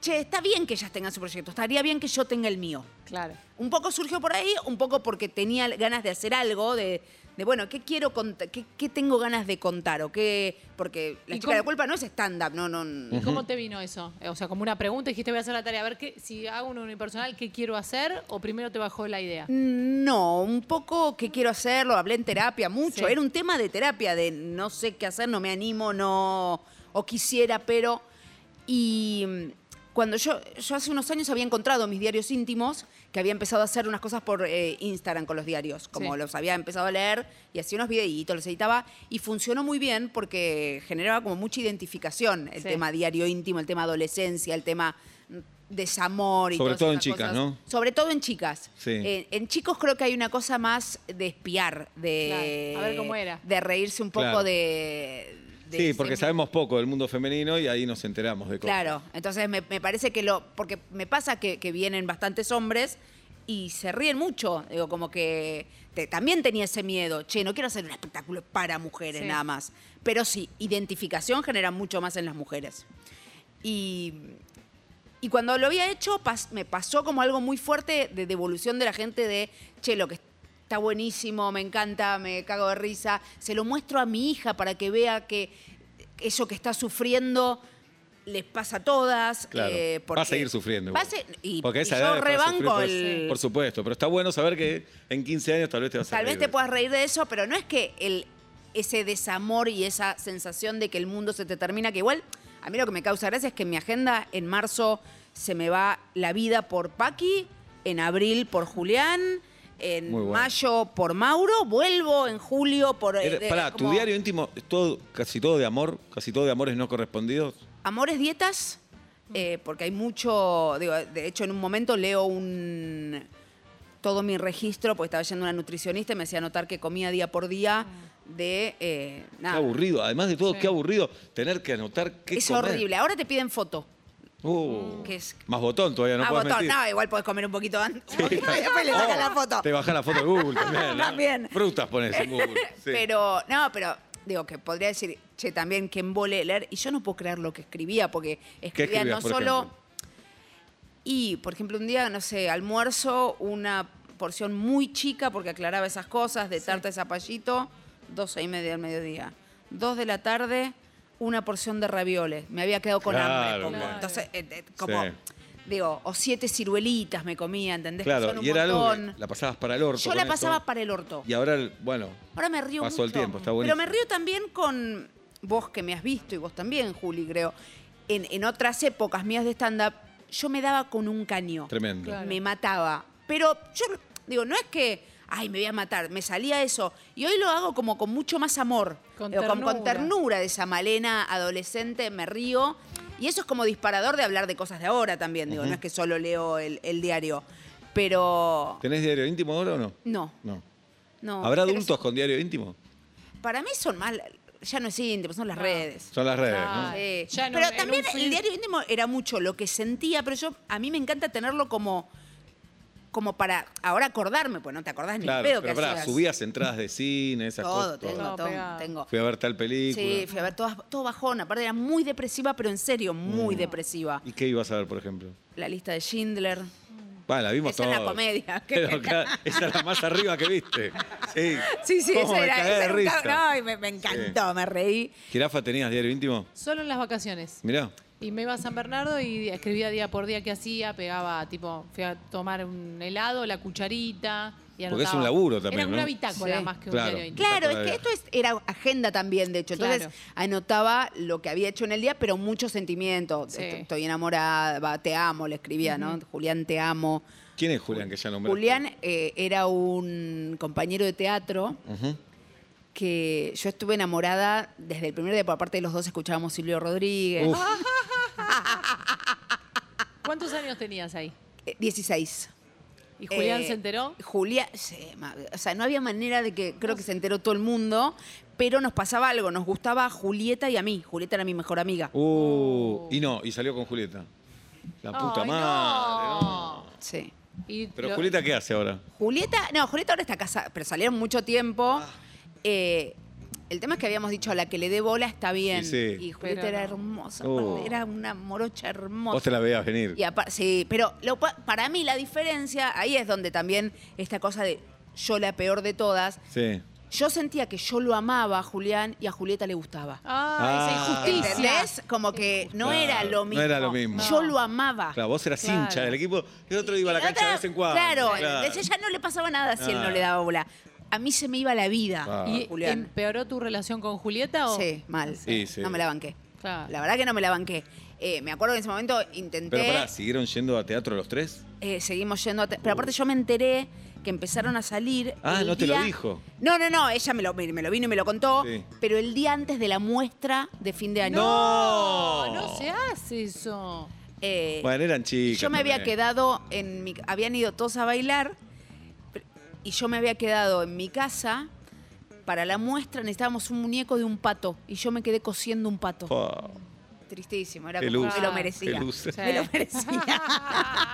[SPEAKER 3] che, está bien que ellas tengan su proyecto, estaría bien que yo tenga el mío.
[SPEAKER 4] Claro.
[SPEAKER 3] Un poco surgió por ahí, un poco porque tenía ganas de hacer algo, de, de, bueno, ¿qué quiero contar? Qué, qué tengo ganas de contar? ¿O qué? Porque la
[SPEAKER 4] ¿Y
[SPEAKER 3] chica
[SPEAKER 4] cómo-
[SPEAKER 3] de la culpa no es stand-up, no, no. no.
[SPEAKER 4] ¿Y cómo te vino eso? Eh, O sea, como una pregunta, dijiste voy a hacer la tarea, a ver qué, si hago un unipersonal, ¿qué quiero hacer? ¿O primero te bajó la idea?
[SPEAKER 3] No, un poco que quiero hacerlo, hablé en terapia mucho,
[SPEAKER 4] Sí.
[SPEAKER 3] era un tema de terapia, de no sé qué hacer, no me animo, no, o quisiera, pero... Y mm, cuando yo, yo hace unos años había encontrado mis diarios íntimos, que había empezado a hacer unas cosas por eh, Instagram con los diarios, como
[SPEAKER 4] Sí.
[SPEAKER 3] los había empezado a leer y hacía unos videitos, los editaba, y funcionó muy bien porque generaba como mucha identificación el
[SPEAKER 4] Sí.
[SPEAKER 3] tema diario íntimo, el tema adolescencia, el tema mm, desamor y
[SPEAKER 2] Sobre
[SPEAKER 3] todas
[SPEAKER 2] todo en
[SPEAKER 3] esas
[SPEAKER 2] chicas,
[SPEAKER 3] cosas.
[SPEAKER 2] ¿no?
[SPEAKER 3] Sobre todo en chicas.
[SPEAKER 2] Sí.
[SPEAKER 3] Eh, en chicos creo que hay una cosa más de espiar, de,
[SPEAKER 4] Claro, a ver cómo era.
[SPEAKER 3] de reírse un poco
[SPEAKER 2] Claro.
[SPEAKER 3] de, de
[SPEAKER 2] Sí, porque
[SPEAKER 3] ese-
[SPEAKER 2] sabemos poco del mundo femenino y ahí nos enteramos de cosas.
[SPEAKER 3] Claro, entonces me, me parece que lo. Porque me pasa que, que vienen bastantes hombres y se ríen mucho. Digo, como que te- también tenía ese miedo. Che, no quiero hacer un espectáculo para mujeres
[SPEAKER 4] Sí.
[SPEAKER 3] nada más. Pero sí, identificación genera mucho más en las mujeres. Y. y cuando lo había hecho, pas- me pasó como algo muy fuerte de devolución de la gente de, che, lo que está buenísimo, me encanta, me cago de risa, se lo muestro a mi hija para que vea que eso que está sufriendo les pasa a todas.
[SPEAKER 2] Claro.
[SPEAKER 3] eh,
[SPEAKER 2] va a
[SPEAKER 3] porque-
[SPEAKER 2] seguir sufriendo.
[SPEAKER 3] Va a
[SPEAKER 2] igual.
[SPEAKER 3] se- y,
[SPEAKER 2] porque
[SPEAKER 3] y
[SPEAKER 2] esa edad
[SPEAKER 3] yo
[SPEAKER 2] es para sufrir,
[SPEAKER 3] rebanco
[SPEAKER 2] por,
[SPEAKER 3] el...
[SPEAKER 2] por supuesto, pero está bueno saber que en 15 años tal vez te vas a
[SPEAKER 3] Tal vez
[SPEAKER 2] reír
[SPEAKER 3] te
[SPEAKER 2] de-
[SPEAKER 3] puedas reír de eso, pero no es que el, ese desamor y esa sensación de que el mundo se te termina, que igual a mí lo que me causa gracia es que en mi agenda en marzo se me va la vida por Paqui, en abril por Julián, en
[SPEAKER 2] Muy bueno.
[SPEAKER 3] mayo por Mauro, vuelvo en julio por... eh,
[SPEAKER 2] Era-
[SPEAKER 3] de-
[SPEAKER 2] pará,
[SPEAKER 3] como
[SPEAKER 2] tu diario íntimo es todo, casi todo de amor, casi todo de amores no correspondidos.
[SPEAKER 3] Amores dietas, eh, porque hay mucho, digo, de hecho en un momento leo un todo mi registro, porque estaba yendo a una nutricionista y me hacía notar que comía día por día de eh,
[SPEAKER 2] Qué
[SPEAKER 3] nada.
[SPEAKER 2] aburrido, además de todo,
[SPEAKER 4] Sí.
[SPEAKER 2] qué aburrido tener que anotar qué
[SPEAKER 3] es
[SPEAKER 2] comer.
[SPEAKER 3] horrible. Ahora te piden foto.
[SPEAKER 2] Uh,
[SPEAKER 3] Que es-
[SPEAKER 2] Más botón todavía, no
[SPEAKER 3] ah,
[SPEAKER 2] podés
[SPEAKER 3] botón.
[SPEAKER 2] mentir.
[SPEAKER 3] No, igual podés comer un poquito antes. y después le sacas la foto.
[SPEAKER 2] Te bajás la foto de Google también. ¿no?
[SPEAKER 3] También.
[SPEAKER 2] Frutas pones en Google. sí.
[SPEAKER 3] Pero, no, pero digo que podría decir, che, también que embole leer. Y yo no puedo creer lo que escribía, porque escribía
[SPEAKER 2] escribías,
[SPEAKER 3] no
[SPEAKER 2] por
[SPEAKER 3] solo.
[SPEAKER 2] ejemplo?
[SPEAKER 3] Y, por ejemplo, un día, no sé, almuerzo, una porción muy chica, porque aclaraba esas cosas, de tarta de zapallito, doce y media al mediodía. Dos de la tarde, una porción de ravioles. Me había quedado con hambre.
[SPEAKER 2] Claro,
[SPEAKER 3] pongo.
[SPEAKER 4] claro.
[SPEAKER 3] Entonces, eh, eh, como.
[SPEAKER 2] Sí.
[SPEAKER 3] Digo, o siete ciruelitas me comía, ¿entendés? Que son
[SPEAKER 2] Claro,
[SPEAKER 3] un
[SPEAKER 2] y era algo
[SPEAKER 3] montón.
[SPEAKER 2] que la pasabas para el orto.
[SPEAKER 3] Yo la
[SPEAKER 2] con esto.
[SPEAKER 3] pasaba para el orto.
[SPEAKER 2] Y ahora, el- bueno,
[SPEAKER 3] Ahora me río
[SPEAKER 2] Pasó el
[SPEAKER 3] mucho.
[SPEAKER 2] tiempo, está
[SPEAKER 3] Pero me
[SPEAKER 2] buenísimo.
[SPEAKER 3] río también con vos que me has visto y vos también, Juli, creo. En, en otras épocas mías de stand-up, yo me daba con un caño.
[SPEAKER 2] tremendo.
[SPEAKER 4] Claro.
[SPEAKER 3] Me mataba. Pero yo digo, no es que, ay, me voy a matar, me salía eso. Y hoy lo hago como con mucho más amor.
[SPEAKER 4] Con
[SPEAKER 3] Digo, con, con
[SPEAKER 4] ternura.
[SPEAKER 3] ternura de esa malena adolescente, me río. Y eso es como disparador de hablar de cosas de ahora también. Digo, no es que solo leo el, el diario. Pero.
[SPEAKER 2] ¿Tenés diario íntimo ahora o no?
[SPEAKER 3] No,
[SPEAKER 2] No.
[SPEAKER 3] no.
[SPEAKER 2] ¿Habrá
[SPEAKER 3] Pero
[SPEAKER 2] adultos con diario íntimo?
[SPEAKER 3] para mí son más, ya no es íntimo, son las
[SPEAKER 4] No.
[SPEAKER 3] redes.
[SPEAKER 2] Son las redes,
[SPEAKER 4] Ah,
[SPEAKER 2] ¿no?
[SPEAKER 4] sí.
[SPEAKER 3] Eh,
[SPEAKER 4] Ya en
[SPEAKER 3] pero
[SPEAKER 4] un- en
[SPEAKER 3] también
[SPEAKER 4] un feed.
[SPEAKER 3] el diario íntimo era mucho lo que sentía, pero yo a mí me encanta tenerlo como como para ahora acordarme, pues no te acordás ni el
[SPEAKER 2] Claro,
[SPEAKER 3] pedo que
[SPEAKER 2] pero pará,
[SPEAKER 3] hacías.
[SPEAKER 2] subías entradas de cine, esas
[SPEAKER 3] todo,
[SPEAKER 2] cosas.
[SPEAKER 3] tengo,
[SPEAKER 4] Todo
[SPEAKER 3] todo,
[SPEAKER 4] pegado.
[SPEAKER 3] tengo.
[SPEAKER 2] Fui a ver tal película.
[SPEAKER 3] Sí, fui a ver todas- todo bajón, aparte era muy depresiva, pero en serio, muy depresiva.
[SPEAKER 2] Mm. ¿Y qué ibas a ver, por ejemplo?
[SPEAKER 3] La lista de Schindler.
[SPEAKER 2] Bueno, la vimos
[SPEAKER 3] Esa es la
[SPEAKER 2] todos.
[SPEAKER 3] comedia.
[SPEAKER 2] Pero claro, esa es la más arriba que viste. Sí,
[SPEAKER 3] Sí, sí,
[SPEAKER 2] ¿Cómo
[SPEAKER 3] esa
[SPEAKER 2] me
[SPEAKER 3] era,
[SPEAKER 2] cagué
[SPEAKER 3] esa
[SPEAKER 2] de
[SPEAKER 3] era un
[SPEAKER 2] risa?
[SPEAKER 3] cab- no, y me, me encantó, me reí.
[SPEAKER 2] ¿Jirafa tenías diario íntimo?
[SPEAKER 4] Solo en las vacaciones.
[SPEAKER 2] Mirá.
[SPEAKER 4] Y me iba a San Bernardo y escribía día por día qué hacía, pegaba, tipo, fui a tomar un helado, la cucharita. Y
[SPEAKER 2] Porque es
[SPEAKER 4] anotaba.
[SPEAKER 2] un laburo también,
[SPEAKER 4] Era como
[SPEAKER 2] ¿no?
[SPEAKER 4] una bitácora
[SPEAKER 3] Sí.
[SPEAKER 4] más que un
[SPEAKER 2] Claro.
[SPEAKER 4] diario íntimo.
[SPEAKER 2] Está
[SPEAKER 3] Claro, es que
[SPEAKER 2] todavía.
[SPEAKER 3] esto es- era agenda también, de hecho. Entonces
[SPEAKER 4] Claro.
[SPEAKER 3] anotaba lo que había hecho en el día, pero mucho sentimiento.
[SPEAKER 4] Sí.
[SPEAKER 3] Est- Estoy enamorada, va, te amo, le escribía, ¿no? Julián, te amo.
[SPEAKER 2] ¿Quién es Julián que ya nombraste?
[SPEAKER 3] Julián eh, era un compañero de teatro
[SPEAKER 2] Ujú.
[SPEAKER 3] que yo estuve enamorada desde el primer día, por aparte de los dos escuchábamos Silvio Rodríguez.
[SPEAKER 2] Uf,
[SPEAKER 4] ¿Cuántos años tenías ahí?
[SPEAKER 3] Eh, 16.
[SPEAKER 4] ¿Y Julián
[SPEAKER 3] Eh,
[SPEAKER 4] se enteró?
[SPEAKER 3] Julián, sí, ma- o sea, no había manera de que, creo que se enteró todo el mundo, pero nos pasaba algo, nos gustaba a Julieta y a mí. Julieta era mi mejor amiga.
[SPEAKER 2] Uh, y no, y salió con Julieta. La puta
[SPEAKER 4] Ay,
[SPEAKER 2] madre.
[SPEAKER 4] no.
[SPEAKER 2] no.
[SPEAKER 3] Sí.
[SPEAKER 4] Y
[SPEAKER 2] Pero
[SPEAKER 4] lo-
[SPEAKER 2] Julieta, ¿qué hace ahora?
[SPEAKER 3] Julieta, no, Julieta ahora está casada, pero salieron mucho tiempo.
[SPEAKER 2] Ah.
[SPEAKER 3] Eh, el tema es que habíamos dicho, a la que le dé bola está bien.
[SPEAKER 2] Sí, sí.
[SPEAKER 3] Y Julieta
[SPEAKER 4] Pero
[SPEAKER 3] era
[SPEAKER 4] no.
[SPEAKER 3] hermosa,
[SPEAKER 2] Oh.
[SPEAKER 3] aparte, era una morocha hermosa.
[SPEAKER 2] Vos te la veías venir.
[SPEAKER 3] Y apa- sí, pero lo pa- para mí la diferencia, ahí es donde también esta cosa de yo la peor de todas,
[SPEAKER 2] Sí.
[SPEAKER 3] yo sentía que yo lo amaba a Julián y a Julieta le gustaba.
[SPEAKER 4] Ah,
[SPEAKER 2] Ah.
[SPEAKER 4] esa injusticia.
[SPEAKER 3] ¿Entendés? Como que no
[SPEAKER 2] Claro,
[SPEAKER 3] era lo mismo.
[SPEAKER 2] no era lo mismo.
[SPEAKER 3] Yo
[SPEAKER 4] No.
[SPEAKER 3] lo amaba.
[SPEAKER 2] Claro, vos eras
[SPEAKER 4] Claro.
[SPEAKER 2] hincha del equipo, el otro iba a la
[SPEAKER 3] Y la
[SPEAKER 2] cancha de
[SPEAKER 3] otra-
[SPEAKER 2] vez en Ah. cuando.
[SPEAKER 3] Claro, entonces ya no le pasaba nada si él no
[SPEAKER 2] Claro.
[SPEAKER 3] le daba bola. A mí se me iba la vida,
[SPEAKER 2] Claro.
[SPEAKER 4] ¿Y
[SPEAKER 3] Ah, Julián.
[SPEAKER 4] empeoró tu relación con Julieta o?
[SPEAKER 3] Sí, mal.
[SPEAKER 2] Sí, sí.
[SPEAKER 3] No me la banqué.
[SPEAKER 4] Claro.
[SPEAKER 3] La verdad que no me la banqué. Eh, me acuerdo que en ese momento intenté.
[SPEAKER 2] Pero pará, ¿siguieron yendo a teatro los tres?
[SPEAKER 3] eh, seguimos yendo a te- Pero aparte yo me enteré que empezaron a salir.
[SPEAKER 2] Ah,
[SPEAKER 3] el
[SPEAKER 2] ¿no te lo
[SPEAKER 3] día-
[SPEAKER 2] dijo?
[SPEAKER 3] No, no, no, ella me lo, me lo vino y me lo contó,
[SPEAKER 2] Sí.
[SPEAKER 3] pero el día antes de la muestra de fin de año.
[SPEAKER 2] ¡No!
[SPEAKER 4] No, no se hace eso.
[SPEAKER 3] Eh,
[SPEAKER 2] Bueno, eran chicas.
[SPEAKER 3] yo me había
[SPEAKER 2] también.
[SPEAKER 3] quedado en mi... Habían ido todos a bailar pero- y yo me había quedado en mi casa. Para la muestra necesitábamos un muñeco de un pato y yo me quedé cosiendo un pato.
[SPEAKER 2] Pa,
[SPEAKER 3] Tristísimo, era
[SPEAKER 2] Oh, Qué
[SPEAKER 3] como
[SPEAKER 2] luz,
[SPEAKER 3] me lo
[SPEAKER 2] qué
[SPEAKER 3] merecía.
[SPEAKER 2] luz.
[SPEAKER 4] Sí.
[SPEAKER 3] Me lo merecía.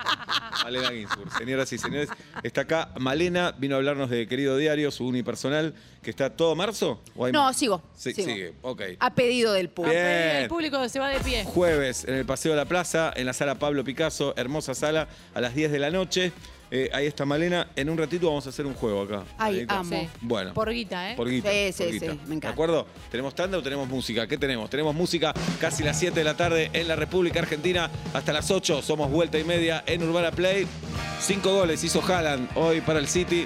[SPEAKER 2] Malena Ginsburg, señoras y señores, está acá. Malena vino a hablarnos de Querido Diario, su unipersonal, que está todo marzo. ¿o hay
[SPEAKER 3] No,
[SPEAKER 2] más?
[SPEAKER 3] sigo,
[SPEAKER 2] Sí,
[SPEAKER 3] sigo.
[SPEAKER 2] sigue, ok.
[SPEAKER 3] A pedido del público.
[SPEAKER 2] Bien.
[SPEAKER 4] El público se va de pie.
[SPEAKER 2] Jueves en el Paseo de la Plaza, en la sala Pablo Picasso, hermosa sala, a las 10 de la noche. Eh, ahí está Malena. En un ratito vamos a hacer un juego acá.
[SPEAKER 3] Ay,
[SPEAKER 2] Ahí con-
[SPEAKER 3] amo.
[SPEAKER 4] Sí.
[SPEAKER 2] Bueno.
[SPEAKER 4] Por guita, ¿eh?
[SPEAKER 2] Por guita,
[SPEAKER 3] Sí, sí,
[SPEAKER 2] por
[SPEAKER 3] sí,
[SPEAKER 2] guita.
[SPEAKER 3] me encanta.
[SPEAKER 2] ¿De acuerdo? ¿Tenemos tanda o tenemos música? ¿Qué tenemos? Tenemos música casi las 7 de la tarde en la República Argentina. Hasta las 8 somos vuelta y media en Urbana Play. Cinco goles hizo Haaland hoy para el City.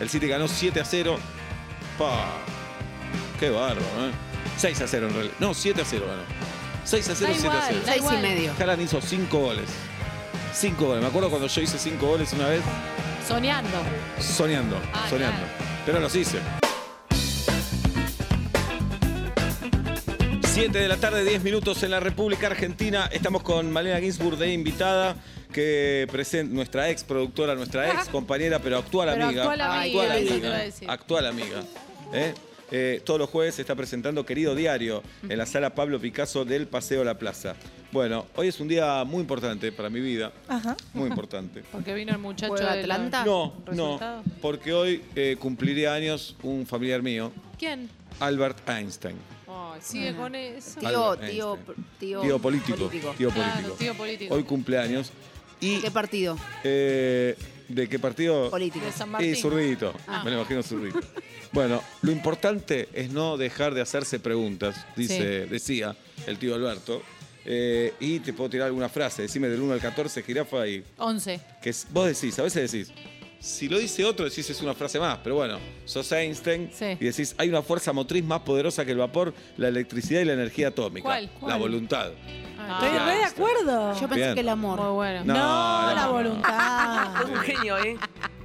[SPEAKER 2] El City ganó 7 a 0. Pa. Qué bárbaro, ¿eh? 6 a 0 en realidad. No, 7 a 0 ganó. 6 a 0,
[SPEAKER 4] Da
[SPEAKER 2] 7 a
[SPEAKER 4] igual,
[SPEAKER 2] 0.
[SPEAKER 4] da
[SPEAKER 3] Seis y
[SPEAKER 4] igual.
[SPEAKER 3] medio.
[SPEAKER 2] Haaland hizo 5 goles. 5 goles. Me acuerdo cuando yo hice 5 goles una vez
[SPEAKER 4] Soñando.
[SPEAKER 2] soñando,
[SPEAKER 4] Ah,
[SPEAKER 2] soñando.
[SPEAKER 4] claro.
[SPEAKER 2] Pero los hice. 7 de la tarde, 10 minutos en la República Argentina. Estamos con Malena Ginsburg de invitada, que presenta nuestra ex productora, nuestra ex compañera, pero actual
[SPEAKER 4] Pero
[SPEAKER 2] amiga.
[SPEAKER 4] actual amiga,
[SPEAKER 2] actual
[SPEAKER 4] eso te
[SPEAKER 2] amiga,
[SPEAKER 4] iba a decir.
[SPEAKER 2] actual amiga, ¿eh? Eh, todos los jueves se está presentando Querido Diario en la sala Pablo Picasso del Paseo La Plaza. Bueno, hoy es un día muy importante para mi vida. Muy importante.
[SPEAKER 4] Porque vino el muchacho
[SPEAKER 3] ¿Juega
[SPEAKER 4] de
[SPEAKER 3] Atlanta?
[SPEAKER 2] No,
[SPEAKER 4] ¿Resultado?
[SPEAKER 2] no, porque hoy eh, cumpliría años un familiar mío,
[SPEAKER 4] ¿Quién?
[SPEAKER 2] Albert Einstein.
[SPEAKER 4] Ay, sigue con eso.
[SPEAKER 3] Tío,
[SPEAKER 2] Albert
[SPEAKER 3] tío,
[SPEAKER 2] Einstein.
[SPEAKER 3] tío
[SPEAKER 2] político,
[SPEAKER 3] político.
[SPEAKER 2] Tío
[SPEAKER 4] Claro,
[SPEAKER 2] político.
[SPEAKER 4] tío político.
[SPEAKER 2] Hoy cumpleaños. Y,
[SPEAKER 3] ¿Qué partido?
[SPEAKER 2] eh, ¿De qué partido?
[SPEAKER 3] Político.
[SPEAKER 4] De San
[SPEAKER 2] Y
[SPEAKER 4] Martín.
[SPEAKER 2] zurdito.
[SPEAKER 4] Ah.
[SPEAKER 2] Me lo imagino zurdito. bueno, lo importante es no dejar de hacerse preguntas, dice, decía el tío Alberto. Eh, y te puedo tirar alguna frase, decime del 1 al 14, jirafa, y
[SPEAKER 4] 11.
[SPEAKER 2] que es- vos decís, a veces decís, si lo dice otro, decís es una frase más, pero bueno, sos Einstein
[SPEAKER 4] Sí.
[SPEAKER 2] y decís, hay una fuerza motriz más poderosa que el vapor, la electricidad y la energía atómica.
[SPEAKER 4] ¿Cuál?
[SPEAKER 2] La
[SPEAKER 1] ¿Cuál?
[SPEAKER 2] voluntad.
[SPEAKER 1] Estoy
[SPEAKER 2] Ah,
[SPEAKER 1] re de
[SPEAKER 2] está.
[SPEAKER 1] acuerdo.
[SPEAKER 3] Yo pensé
[SPEAKER 2] Bien.
[SPEAKER 3] que el amor.
[SPEAKER 4] Muy bueno.
[SPEAKER 1] no, Ah,
[SPEAKER 2] No,
[SPEAKER 1] la
[SPEAKER 2] no.
[SPEAKER 1] voluntad.
[SPEAKER 5] Es un genio, ¿eh?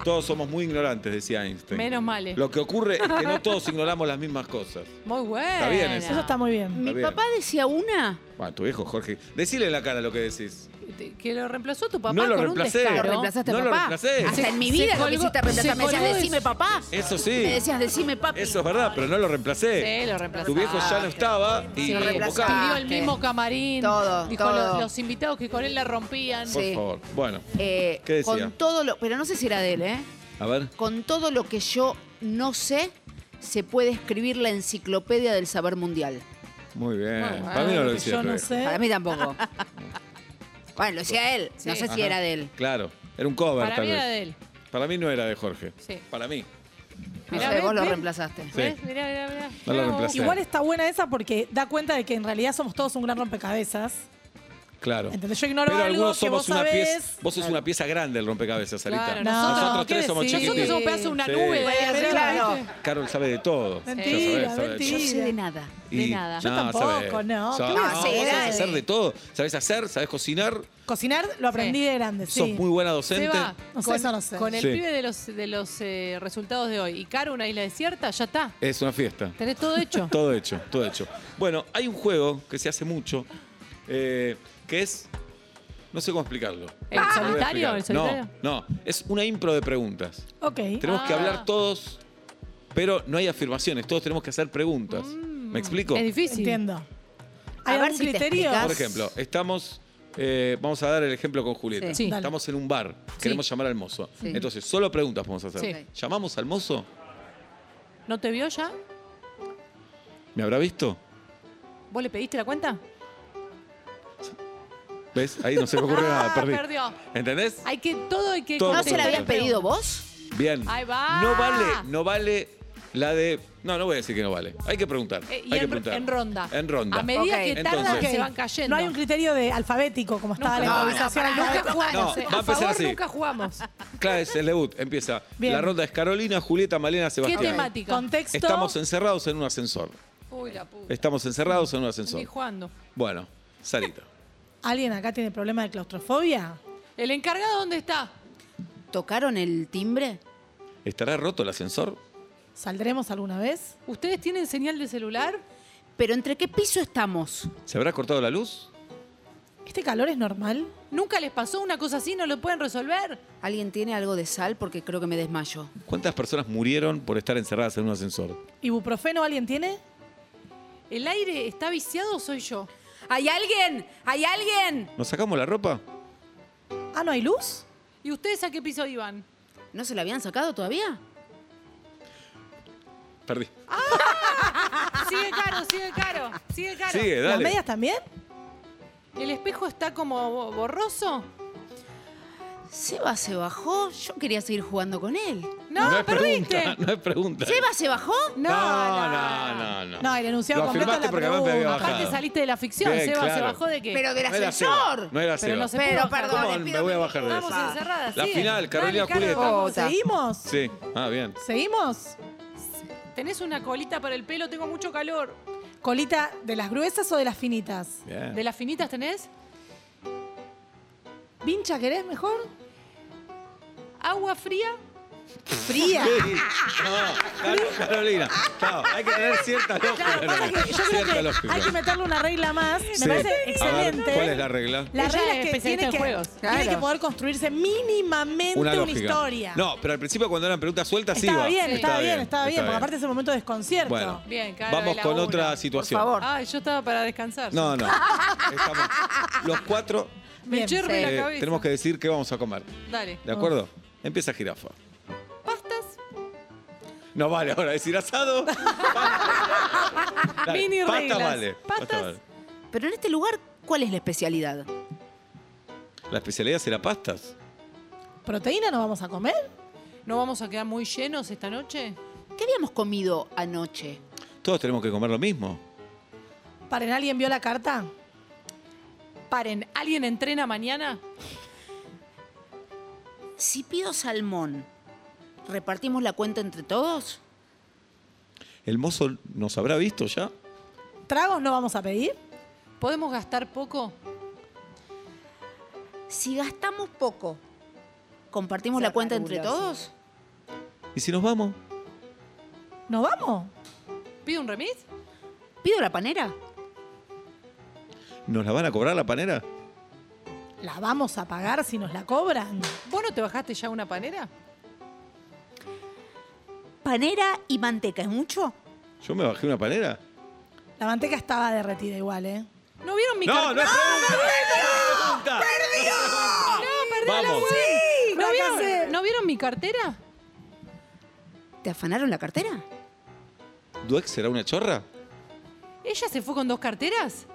[SPEAKER 2] Todos somos muy ignorantes, decía Einstein.
[SPEAKER 4] Menos mal. ¿eh?
[SPEAKER 2] Lo que ocurre es que no todos ignoramos las mismas cosas.
[SPEAKER 4] Muy bueno.
[SPEAKER 2] Está bien eso.
[SPEAKER 1] Eso está muy bien.
[SPEAKER 2] Está
[SPEAKER 3] Mi
[SPEAKER 2] bien.
[SPEAKER 3] papá decía una.
[SPEAKER 2] Bueno, tu viejo Jorge, decile en la cara lo que decís.
[SPEAKER 4] Te- Que lo reemplazó tu papá
[SPEAKER 2] No lo
[SPEAKER 4] con
[SPEAKER 2] reemplacé.
[SPEAKER 4] un
[SPEAKER 3] Lo
[SPEAKER 4] descaro.
[SPEAKER 3] reemplazaste,
[SPEAKER 2] No lo
[SPEAKER 3] papá.
[SPEAKER 2] reemplacé.
[SPEAKER 3] Hasta
[SPEAKER 2] Se-
[SPEAKER 3] en mi
[SPEAKER 4] se
[SPEAKER 3] vida lo
[SPEAKER 4] colgó-
[SPEAKER 3] quisiste
[SPEAKER 4] se
[SPEAKER 3] reemplazar. Me decías,
[SPEAKER 4] colgó de-
[SPEAKER 3] decime papá.
[SPEAKER 2] Eso sí.
[SPEAKER 3] Me decías, decime papi.
[SPEAKER 2] Eso es verdad, pero no lo reemplacé.
[SPEAKER 4] Sí, lo reemplazó.
[SPEAKER 2] Tu viejo ya no estaba y
[SPEAKER 4] Sí,
[SPEAKER 2] lo
[SPEAKER 3] lo
[SPEAKER 4] reemplazó.
[SPEAKER 2] convocaron.
[SPEAKER 3] reemplazaste.
[SPEAKER 4] Pidió el mismo camarín.
[SPEAKER 3] Todo,
[SPEAKER 4] Dijo
[SPEAKER 3] todo.
[SPEAKER 4] Los, los invitados que con él la rompían.
[SPEAKER 2] Por
[SPEAKER 3] Sí.
[SPEAKER 2] favor. Bueno,
[SPEAKER 3] Eh,
[SPEAKER 2] ¿Qué decía?
[SPEAKER 3] Con todo lo. Pero no sé si era de él, ¿eh?
[SPEAKER 2] a ver.
[SPEAKER 3] Con todo lo que yo no sé, se puede escribir la enciclopedia del saber mundial.
[SPEAKER 2] Muy bien.
[SPEAKER 4] Bueno,
[SPEAKER 2] Para mí no lo
[SPEAKER 1] que
[SPEAKER 2] decía.
[SPEAKER 1] Yo
[SPEAKER 2] tu
[SPEAKER 1] no
[SPEAKER 2] viejo.
[SPEAKER 1] sé.
[SPEAKER 3] Para mí tampoco. Bueno, lo decía él. No
[SPEAKER 4] Sí.
[SPEAKER 3] sé si
[SPEAKER 2] Ajá.
[SPEAKER 3] era de él.
[SPEAKER 2] Claro, era un cover
[SPEAKER 4] Para
[SPEAKER 2] tal
[SPEAKER 4] mí
[SPEAKER 2] vez.
[SPEAKER 4] era de él.
[SPEAKER 2] Para mí no era de Jorge.
[SPEAKER 4] Sí.
[SPEAKER 2] Para mí.
[SPEAKER 3] No
[SPEAKER 4] Mirá,
[SPEAKER 3] sé,
[SPEAKER 4] ves,
[SPEAKER 3] vos lo
[SPEAKER 4] ves.
[SPEAKER 3] reemplazaste.
[SPEAKER 2] Sí.
[SPEAKER 4] ¿Ves? Mirá, mirá, mirá.
[SPEAKER 2] No lo
[SPEAKER 4] Mirá vos.
[SPEAKER 2] reemplazó.
[SPEAKER 1] Igual está buena esa porque da cuenta de que en realidad somos todos un gran rompecabezas.
[SPEAKER 2] Claro.
[SPEAKER 1] Entonces yo ignoro algo
[SPEAKER 2] algunos
[SPEAKER 1] que vos
[SPEAKER 2] una
[SPEAKER 1] sabés.
[SPEAKER 2] pieza. Vos sos una pieza grande del rompecabezas, Sarita.
[SPEAKER 4] Claro,
[SPEAKER 1] No,
[SPEAKER 2] nosotros
[SPEAKER 1] ¿qué
[SPEAKER 2] tres somos
[SPEAKER 1] decís?
[SPEAKER 4] Nosotros
[SPEAKER 2] chiquititos.
[SPEAKER 4] somos pedazos de una
[SPEAKER 2] Sí.
[SPEAKER 4] nube.
[SPEAKER 1] Pero,
[SPEAKER 3] claro.
[SPEAKER 1] ¿viste?
[SPEAKER 2] Carol sabe de todo. Ya
[SPEAKER 1] Mentira,
[SPEAKER 2] sabe, sabe de
[SPEAKER 1] mentira.
[SPEAKER 3] No sé
[SPEAKER 1] Mira.
[SPEAKER 3] de nada.
[SPEAKER 2] Y-
[SPEAKER 4] De nada.
[SPEAKER 1] Yo
[SPEAKER 2] no,
[SPEAKER 1] tampoco,
[SPEAKER 2] sabe-
[SPEAKER 1] no,
[SPEAKER 2] sabe-
[SPEAKER 1] claro.
[SPEAKER 2] no,
[SPEAKER 3] Sí,
[SPEAKER 2] vos sabés
[SPEAKER 3] dale.
[SPEAKER 2] hacer de todo. Sabés hacer, sabés cocinar.
[SPEAKER 1] Cocinar lo aprendí
[SPEAKER 4] Sí.
[SPEAKER 1] de grande,
[SPEAKER 2] Sos
[SPEAKER 1] sí.
[SPEAKER 2] muy buena docente.
[SPEAKER 4] Seba,
[SPEAKER 1] No sé,
[SPEAKER 4] con,
[SPEAKER 1] eso no sé.
[SPEAKER 4] con el
[SPEAKER 2] Sí.
[SPEAKER 4] pibe de los, de los eh, resultados de hoy y Caro, una isla desierta, ya está.
[SPEAKER 2] Es una fiesta.
[SPEAKER 4] Tenés todo hecho.
[SPEAKER 2] Todo hecho, todo hecho. Bueno, hay un juego que se hace mucho, eh, que es. No sé cómo explicarlo.
[SPEAKER 4] ¿El
[SPEAKER 2] No lo voy a explicar.
[SPEAKER 4] solitario? ¿El solitario?
[SPEAKER 2] No, no. Es una impro de preguntas.
[SPEAKER 1] Ok.
[SPEAKER 2] Tenemos que
[SPEAKER 4] Ah.
[SPEAKER 2] hablar todos, pero no hay afirmaciones. Todos tenemos que hacer preguntas. ¿Me explico?
[SPEAKER 4] Mm. Es difícil.
[SPEAKER 1] Entiendo.
[SPEAKER 3] A
[SPEAKER 1] ¿Hay
[SPEAKER 3] ver
[SPEAKER 1] algún
[SPEAKER 3] si te
[SPEAKER 1] criterio?
[SPEAKER 3] explicas.
[SPEAKER 2] Por ejemplo, estamos. eh, vamos a dar el ejemplo con Julieta.
[SPEAKER 4] Sí. Sí.
[SPEAKER 2] Estamos en un bar, queremos llamar al mozo. Entonces, solo preguntas vamos a hacer.
[SPEAKER 4] Sí.
[SPEAKER 2] ¿Llamamos al mozo?
[SPEAKER 4] ¿No te vio ya?
[SPEAKER 2] ¿Me habrá visto?
[SPEAKER 4] ¿Vos le pediste la cuenta?
[SPEAKER 2] ¿Ves? Ahí no se me ocurre nada,
[SPEAKER 4] Ah,
[SPEAKER 2] perdí.
[SPEAKER 4] perdió.
[SPEAKER 2] ¿entendés?
[SPEAKER 4] Hay que todo hay que
[SPEAKER 2] Todo.
[SPEAKER 3] ¿No Ah, se la
[SPEAKER 4] contestar
[SPEAKER 3] habías
[SPEAKER 4] las preguntas.
[SPEAKER 3] pedido vos?
[SPEAKER 2] Bien.
[SPEAKER 4] Ahí va.
[SPEAKER 2] No vale, no vale la de. No, no voy a decir que no vale. Hay que preguntar.
[SPEAKER 4] Eh, y
[SPEAKER 2] hay que
[SPEAKER 4] en,
[SPEAKER 2] preguntar.
[SPEAKER 4] en ronda.
[SPEAKER 2] En ronda.
[SPEAKER 4] A medida
[SPEAKER 3] Ok.
[SPEAKER 4] que tardan
[SPEAKER 2] Entonces-
[SPEAKER 4] se van cayendo.
[SPEAKER 1] No hay un criterio de alfabético como estaba la
[SPEAKER 4] Nunca-
[SPEAKER 1] improvisación.
[SPEAKER 4] Nunca
[SPEAKER 1] alfabética.
[SPEAKER 4] jugamos.
[SPEAKER 2] No,
[SPEAKER 4] eh.
[SPEAKER 2] va a
[SPEAKER 4] a
[SPEAKER 2] empezar
[SPEAKER 4] favor,
[SPEAKER 2] así.
[SPEAKER 4] nunca jugamos.
[SPEAKER 2] Claro, es el debut. Empieza.
[SPEAKER 1] Bien.
[SPEAKER 2] La ronda es Carolina, Julieta, Malena,
[SPEAKER 4] ¿Qué
[SPEAKER 2] Sebastián.
[SPEAKER 4] temática?
[SPEAKER 1] Contexto.
[SPEAKER 2] Estamos encerrados en un ascensor.
[SPEAKER 4] Uy, la puta.
[SPEAKER 2] Estamos encerrados en un
[SPEAKER 4] Estoy
[SPEAKER 2] ascensor.
[SPEAKER 4] jugando.
[SPEAKER 2] Bueno, Sarita.
[SPEAKER 1] ¿Alguien acá tiene problema de claustrofobia?
[SPEAKER 4] ¿El encargado dónde está?
[SPEAKER 3] ¿Tocaron el timbre?
[SPEAKER 2] ¿Estará roto el ascensor?
[SPEAKER 1] ¿Saldremos alguna vez?
[SPEAKER 4] ¿Ustedes tienen señal de celular?
[SPEAKER 3] ¿Pero entre qué piso estamos?
[SPEAKER 2] ¿Se habrá cortado la luz?
[SPEAKER 1] ¿Este calor es normal?
[SPEAKER 4] ¿Nunca les pasó una cosa así? ¿No lo pueden resolver?
[SPEAKER 3] ¿Alguien tiene algo de sal? Porque creo que me desmayo.
[SPEAKER 2] ¿Cuántas personas murieron por estar encerradas en un ascensor?
[SPEAKER 1] ¿Ibuprofeno alguien tiene?
[SPEAKER 4] ¿El aire está viciado o soy yo?
[SPEAKER 3] ¿Hay alguien? ¿Hay alguien?
[SPEAKER 2] ¿Nos sacamos la ropa?
[SPEAKER 1] ¿Ah, no hay luz?
[SPEAKER 4] ¿Y ustedes a qué piso iban?
[SPEAKER 3] ¿No se la habían sacado todavía?
[SPEAKER 2] Perdí.
[SPEAKER 4] Sigue caro, sigue caro, sigue caro.
[SPEAKER 2] Sigue,
[SPEAKER 1] ¿Las
[SPEAKER 2] dale.
[SPEAKER 1] medias también?
[SPEAKER 4] ¿El espejo está como bo- borroso?
[SPEAKER 3] Seba se bajó. Yo quería seguir jugando con él.
[SPEAKER 4] No,
[SPEAKER 2] es
[SPEAKER 4] perdiste.
[SPEAKER 2] pregunta, no es pregunta.
[SPEAKER 3] ¿Seba se bajó?
[SPEAKER 2] No,
[SPEAKER 4] No, no.
[SPEAKER 2] no, no, no.
[SPEAKER 1] No, el enunciado
[SPEAKER 2] Lo
[SPEAKER 1] completo
[SPEAKER 2] afirmaste
[SPEAKER 1] es la
[SPEAKER 2] porque además me había
[SPEAKER 1] pregunta.
[SPEAKER 2] bajado.
[SPEAKER 4] Aparte saliste de la ficción,
[SPEAKER 2] Bien,
[SPEAKER 4] Seba se
[SPEAKER 2] claro.
[SPEAKER 4] bajó de qué.
[SPEAKER 3] Pero del
[SPEAKER 2] No era Seba,
[SPEAKER 3] ascensor.
[SPEAKER 2] No era
[SPEAKER 4] Pero
[SPEAKER 2] Seba.
[SPEAKER 4] no se
[SPEAKER 3] Pero,
[SPEAKER 4] pudo
[SPEAKER 3] perdón,
[SPEAKER 2] ¿Cómo
[SPEAKER 4] escapar.
[SPEAKER 3] les
[SPEAKER 2] me
[SPEAKER 3] pido
[SPEAKER 2] voy a
[SPEAKER 3] mil-
[SPEAKER 2] bajar de
[SPEAKER 4] Estamos
[SPEAKER 3] Ah.
[SPEAKER 2] eso?
[SPEAKER 4] encerradas.
[SPEAKER 2] La
[SPEAKER 4] sí.
[SPEAKER 2] final, Carolina
[SPEAKER 4] Dale, Caro,
[SPEAKER 2] Julieta.
[SPEAKER 4] vamos.
[SPEAKER 1] ¿Seguimos?
[SPEAKER 2] Sí, ah, bien.
[SPEAKER 1] ¿Seguimos?
[SPEAKER 4] Tenés una colita para el pelo, tengo mucho calor.
[SPEAKER 1] ¿Colita de las gruesas o de las finitas?
[SPEAKER 2] Bien.
[SPEAKER 4] ¿De las finitas tenés?
[SPEAKER 1] ¿Vincha querés mejor?
[SPEAKER 4] ¿Agua fría?
[SPEAKER 1] Fría.
[SPEAKER 2] Sí. No, Car- Carolina, no, hay que tener cierta lógica.
[SPEAKER 1] Claro, pasa
[SPEAKER 2] Carolina,
[SPEAKER 1] que yo
[SPEAKER 2] cierta
[SPEAKER 1] creo que
[SPEAKER 2] lógica.
[SPEAKER 1] hay que meterle una regla más. Me
[SPEAKER 2] Sí. A
[SPEAKER 1] parece
[SPEAKER 2] ver,
[SPEAKER 1] excelente.
[SPEAKER 2] ¿Cuál es la regla?
[SPEAKER 1] La
[SPEAKER 4] Ella
[SPEAKER 1] regla
[SPEAKER 4] es
[SPEAKER 1] es que
[SPEAKER 4] especialista
[SPEAKER 1] tiene
[SPEAKER 4] en
[SPEAKER 1] que,
[SPEAKER 4] juegos.
[SPEAKER 1] tiene
[SPEAKER 3] Claro.
[SPEAKER 1] que poder construirse mínimamente
[SPEAKER 2] Una
[SPEAKER 1] una,
[SPEAKER 2] lógica.
[SPEAKER 1] historia.
[SPEAKER 2] No, pero al principio cuando eran preguntas sueltas sí
[SPEAKER 1] estaba
[SPEAKER 2] iba.
[SPEAKER 1] bien,
[SPEAKER 4] Sí.
[SPEAKER 1] estaba bien, estaba bien, porque aparte es el momento de desconcierto.
[SPEAKER 2] Bueno,
[SPEAKER 4] Bien, Caro,
[SPEAKER 2] vamos
[SPEAKER 4] la
[SPEAKER 2] con
[SPEAKER 4] una.
[SPEAKER 2] otra situación.
[SPEAKER 3] Por favor.
[SPEAKER 4] Ay, yo estaba para descansar.
[SPEAKER 2] No, no. Estamos- los cuatro
[SPEAKER 4] Me
[SPEAKER 1] Bien,
[SPEAKER 4] cherro
[SPEAKER 3] sí.
[SPEAKER 4] la
[SPEAKER 2] eh,
[SPEAKER 4] cabeza.
[SPEAKER 2] tenemos que decir qué vamos a comer.
[SPEAKER 4] Dale.
[SPEAKER 2] ¿De acuerdo? Empieza jirafa.
[SPEAKER 4] Pastas.
[SPEAKER 2] No vale ahora decir asado. Dale,
[SPEAKER 4] Mini
[SPEAKER 2] pasta
[SPEAKER 4] reglas.
[SPEAKER 2] vale. pasta
[SPEAKER 4] Pastas.
[SPEAKER 2] vale.
[SPEAKER 3] Pero en este lugar, ¿cuál es la especialidad?
[SPEAKER 2] La especialidad será pastas.
[SPEAKER 1] ¿Proteína no vamos a comer?
[SPEAKER 4] ¿No vamos a quedar muy llenos esta noche?
[SPEAKER 3] ¿Qué habíamos comido anoche?
[SPEAKER 2] Todos tenemos que comer lo mismo.
[SPEAKER 1] ¿Paren alguien vio la carta?
[SPEAKER 4] Paren, ¿alguien entrena mañana?
[SPEAKER 3] Si pido salmón, ¿repartimos la cuenta entre todos?
[SPEAKER 2] ¿El mozo nos habrá visto ya?
[SPEAKER 1] ¿Tragos no vamos a pedir?
[SPEAKER 4] ¿Podemos gastar poco?
[SPEAKER 3] Si gastamos poco, ¿compartimos la cuenta entre todos?
[SPEAKER 2] ¿Y si nos vamos?
[SPEAKER 1] ¿No vamos?
[SPEAKER 4] ¿Pido un remis?
[SPEAKER 3] ¿Pido la panera?
[SPEAKER 2] ¿Nos la van a cobrar la panera?
[SPEAKER 1] ¿La vamos a pagar si nos la cobran?
[SPEAKER 4] ¿Vos no te bajaste ya una panera?
[SPEAKER 3] ¿Panera y manteca es mucho?
[SPEAKER 2] ¿Yo me bajé una panera?
[SPEAKER 1] La manteca estaba derretida igual, ¿eh?
[SPEAKER 4] ¿No vieron mi
[SPEAKER 2] No,
[SPEAKER 4] carta?
[SPEAKER 2] no es
[SPEAKER 4] ¡Ah,
[SPEAKER 2] pregunta.
[SPEAKER 4] perdí la
[SPEAKER 2] Vamos.
[SPEAKER 4] web. ¿No
[SPEAKER 1] fracasé.
[SPEAKER 4] vieron, ¿No vieron mi cartera?
[SPEAKER 3] ¿Te afanaron la cartera?
[SPEAKER 2] ¿Duex será una chorra?
[SPEAKER 4] ¿Ella se fue con dos carteras?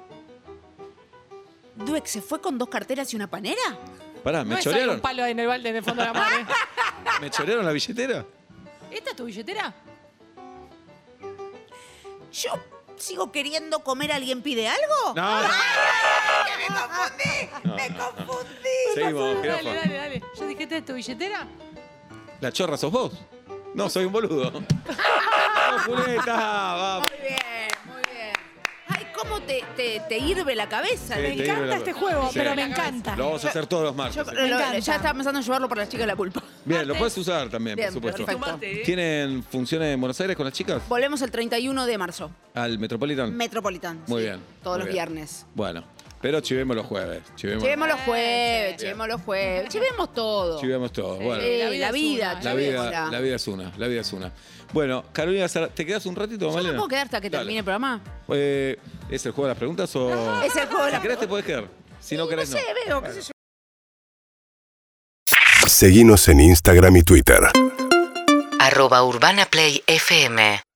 [SPEAKER 3] ¿Duex se fue con dos carteras y una panera?
[SPEAKER 2] Pará, me
[SPEAKER 4] no es solo
[SPEAKER 2] chorearon.
[SPEAKER 4] un palo en el balde en el fondo de la mano. ¿eh?
[SPEAKER 2] ¿Me chorearon la billetera?
[SPEAKER 4] ¿Esta es tu billetera?
[SPEAKER 3] Yo sigo queriendo comer, ¿alguien pide algo?
[SPEAKER 2] No.
[SPEAKER 5] Me confundí.
[SPEAKER 2] Seguimos, jirafa.
[SPEAKER 4] Dale, dale, dale. Yo dije, ¿esta es tu billetera?
[SPEAKER 2] ¿La chorra sos vos? No, soy un boludo. ¡Vamos, Julieta! ¡Vamos!
[SPEAKER 3] Muy bien, muy bien. Ay, ¿cómo te, te, te hirve la cabeza?
[SPEAKER 2] Sí,
[SPEAKER 1] Me
[SPEAKER 2] te digo
[SPEAKER 1] encanta
[SPEAKER 2] la
[SPEAKER 1] este
[SPEAKER 2] verdad.
[SPEAKER 1] juego,
[SPEAKER 2] Sí.
[SPEAKER 1] pero me encanta.
[SPEAKER 2] Lo vamos a hacer todos los martes.
[SPEAKER 3] Yo eh,
[SPEAKER 2] sí.
[SPEAKER 3] lo- lo-
[SPEAKER 1] encanta.
[SPEAKER 3] ya estaba pensando en llevarlo para las chicas de la culpa.
[SPEAKER 2] Bien, lo puedes usar también,
[SPEAKER 3] Bien,
[SPEAKER 2] por supuesto.
[SPEAKER 3] perfecto.
[SPEAKER 2] ¿Tienen funciones en Buenos Aires con las chicas?
[SPEAKER 3] Volvemos el 31 de marzo.
[SPEAKER 2] ¿Al Metropolitan?
[SPEAKER 3] Metropolitano.
[SPEAKER 2] Mm. Muy
[SPEAKER 3] sí,
[SPEAKER 2] bien.
[SPEAKER 3] Todos
[SPEAKER 2] muy
[SPEAKER 3] los
[SPEAKER 2] bien.
[SPEAKER 3] viernes.
[SPEAKER 2] Bueno, pero chivemos los jueves. Chivemos,
[SPEAKER 3] Llevemos los jueves,
[SPEAKER 4] sí.
[SPEAKER 3] llevemos los jueves, llevemos todo.
[SPEAKER 2] chivemos todo. Bueno,
[SPEAKER 3] Eh,
[SPEAKER 4] La vida es una,
[SPEAKER 3] la vida,
[SPEAKER 2] la,
[SPEAKER 3] chicos,
[SPEAKER 2] vida, la vida es una, la vida es una. Bueno, Carolina, Sara- ¿te quedas un ratito,
[SPEAKER 3] Yo me
[SPEAKER 2] Malena?
[SPEAKER 3] puedo quedar hasta que
[SPEAKER 2] Dale.
[SPEAKER 3] termine el programa.
[SPEAKER 2] Eh, ¿Es el juego de las preguntas o...?
[SPEAKER 3] Es el juego de
[SPEAKER 2] Si
[SPEAKER 3] la
[SPEAKER 2] querés te podés quedar. Si no querés, no.
[SPEAKER 3] sé, veo, qué sé yo.
[SPEAKER 6] Seguinos en Instagram y Twitter.
[SPEAKER 7] arroba urbanaplayfm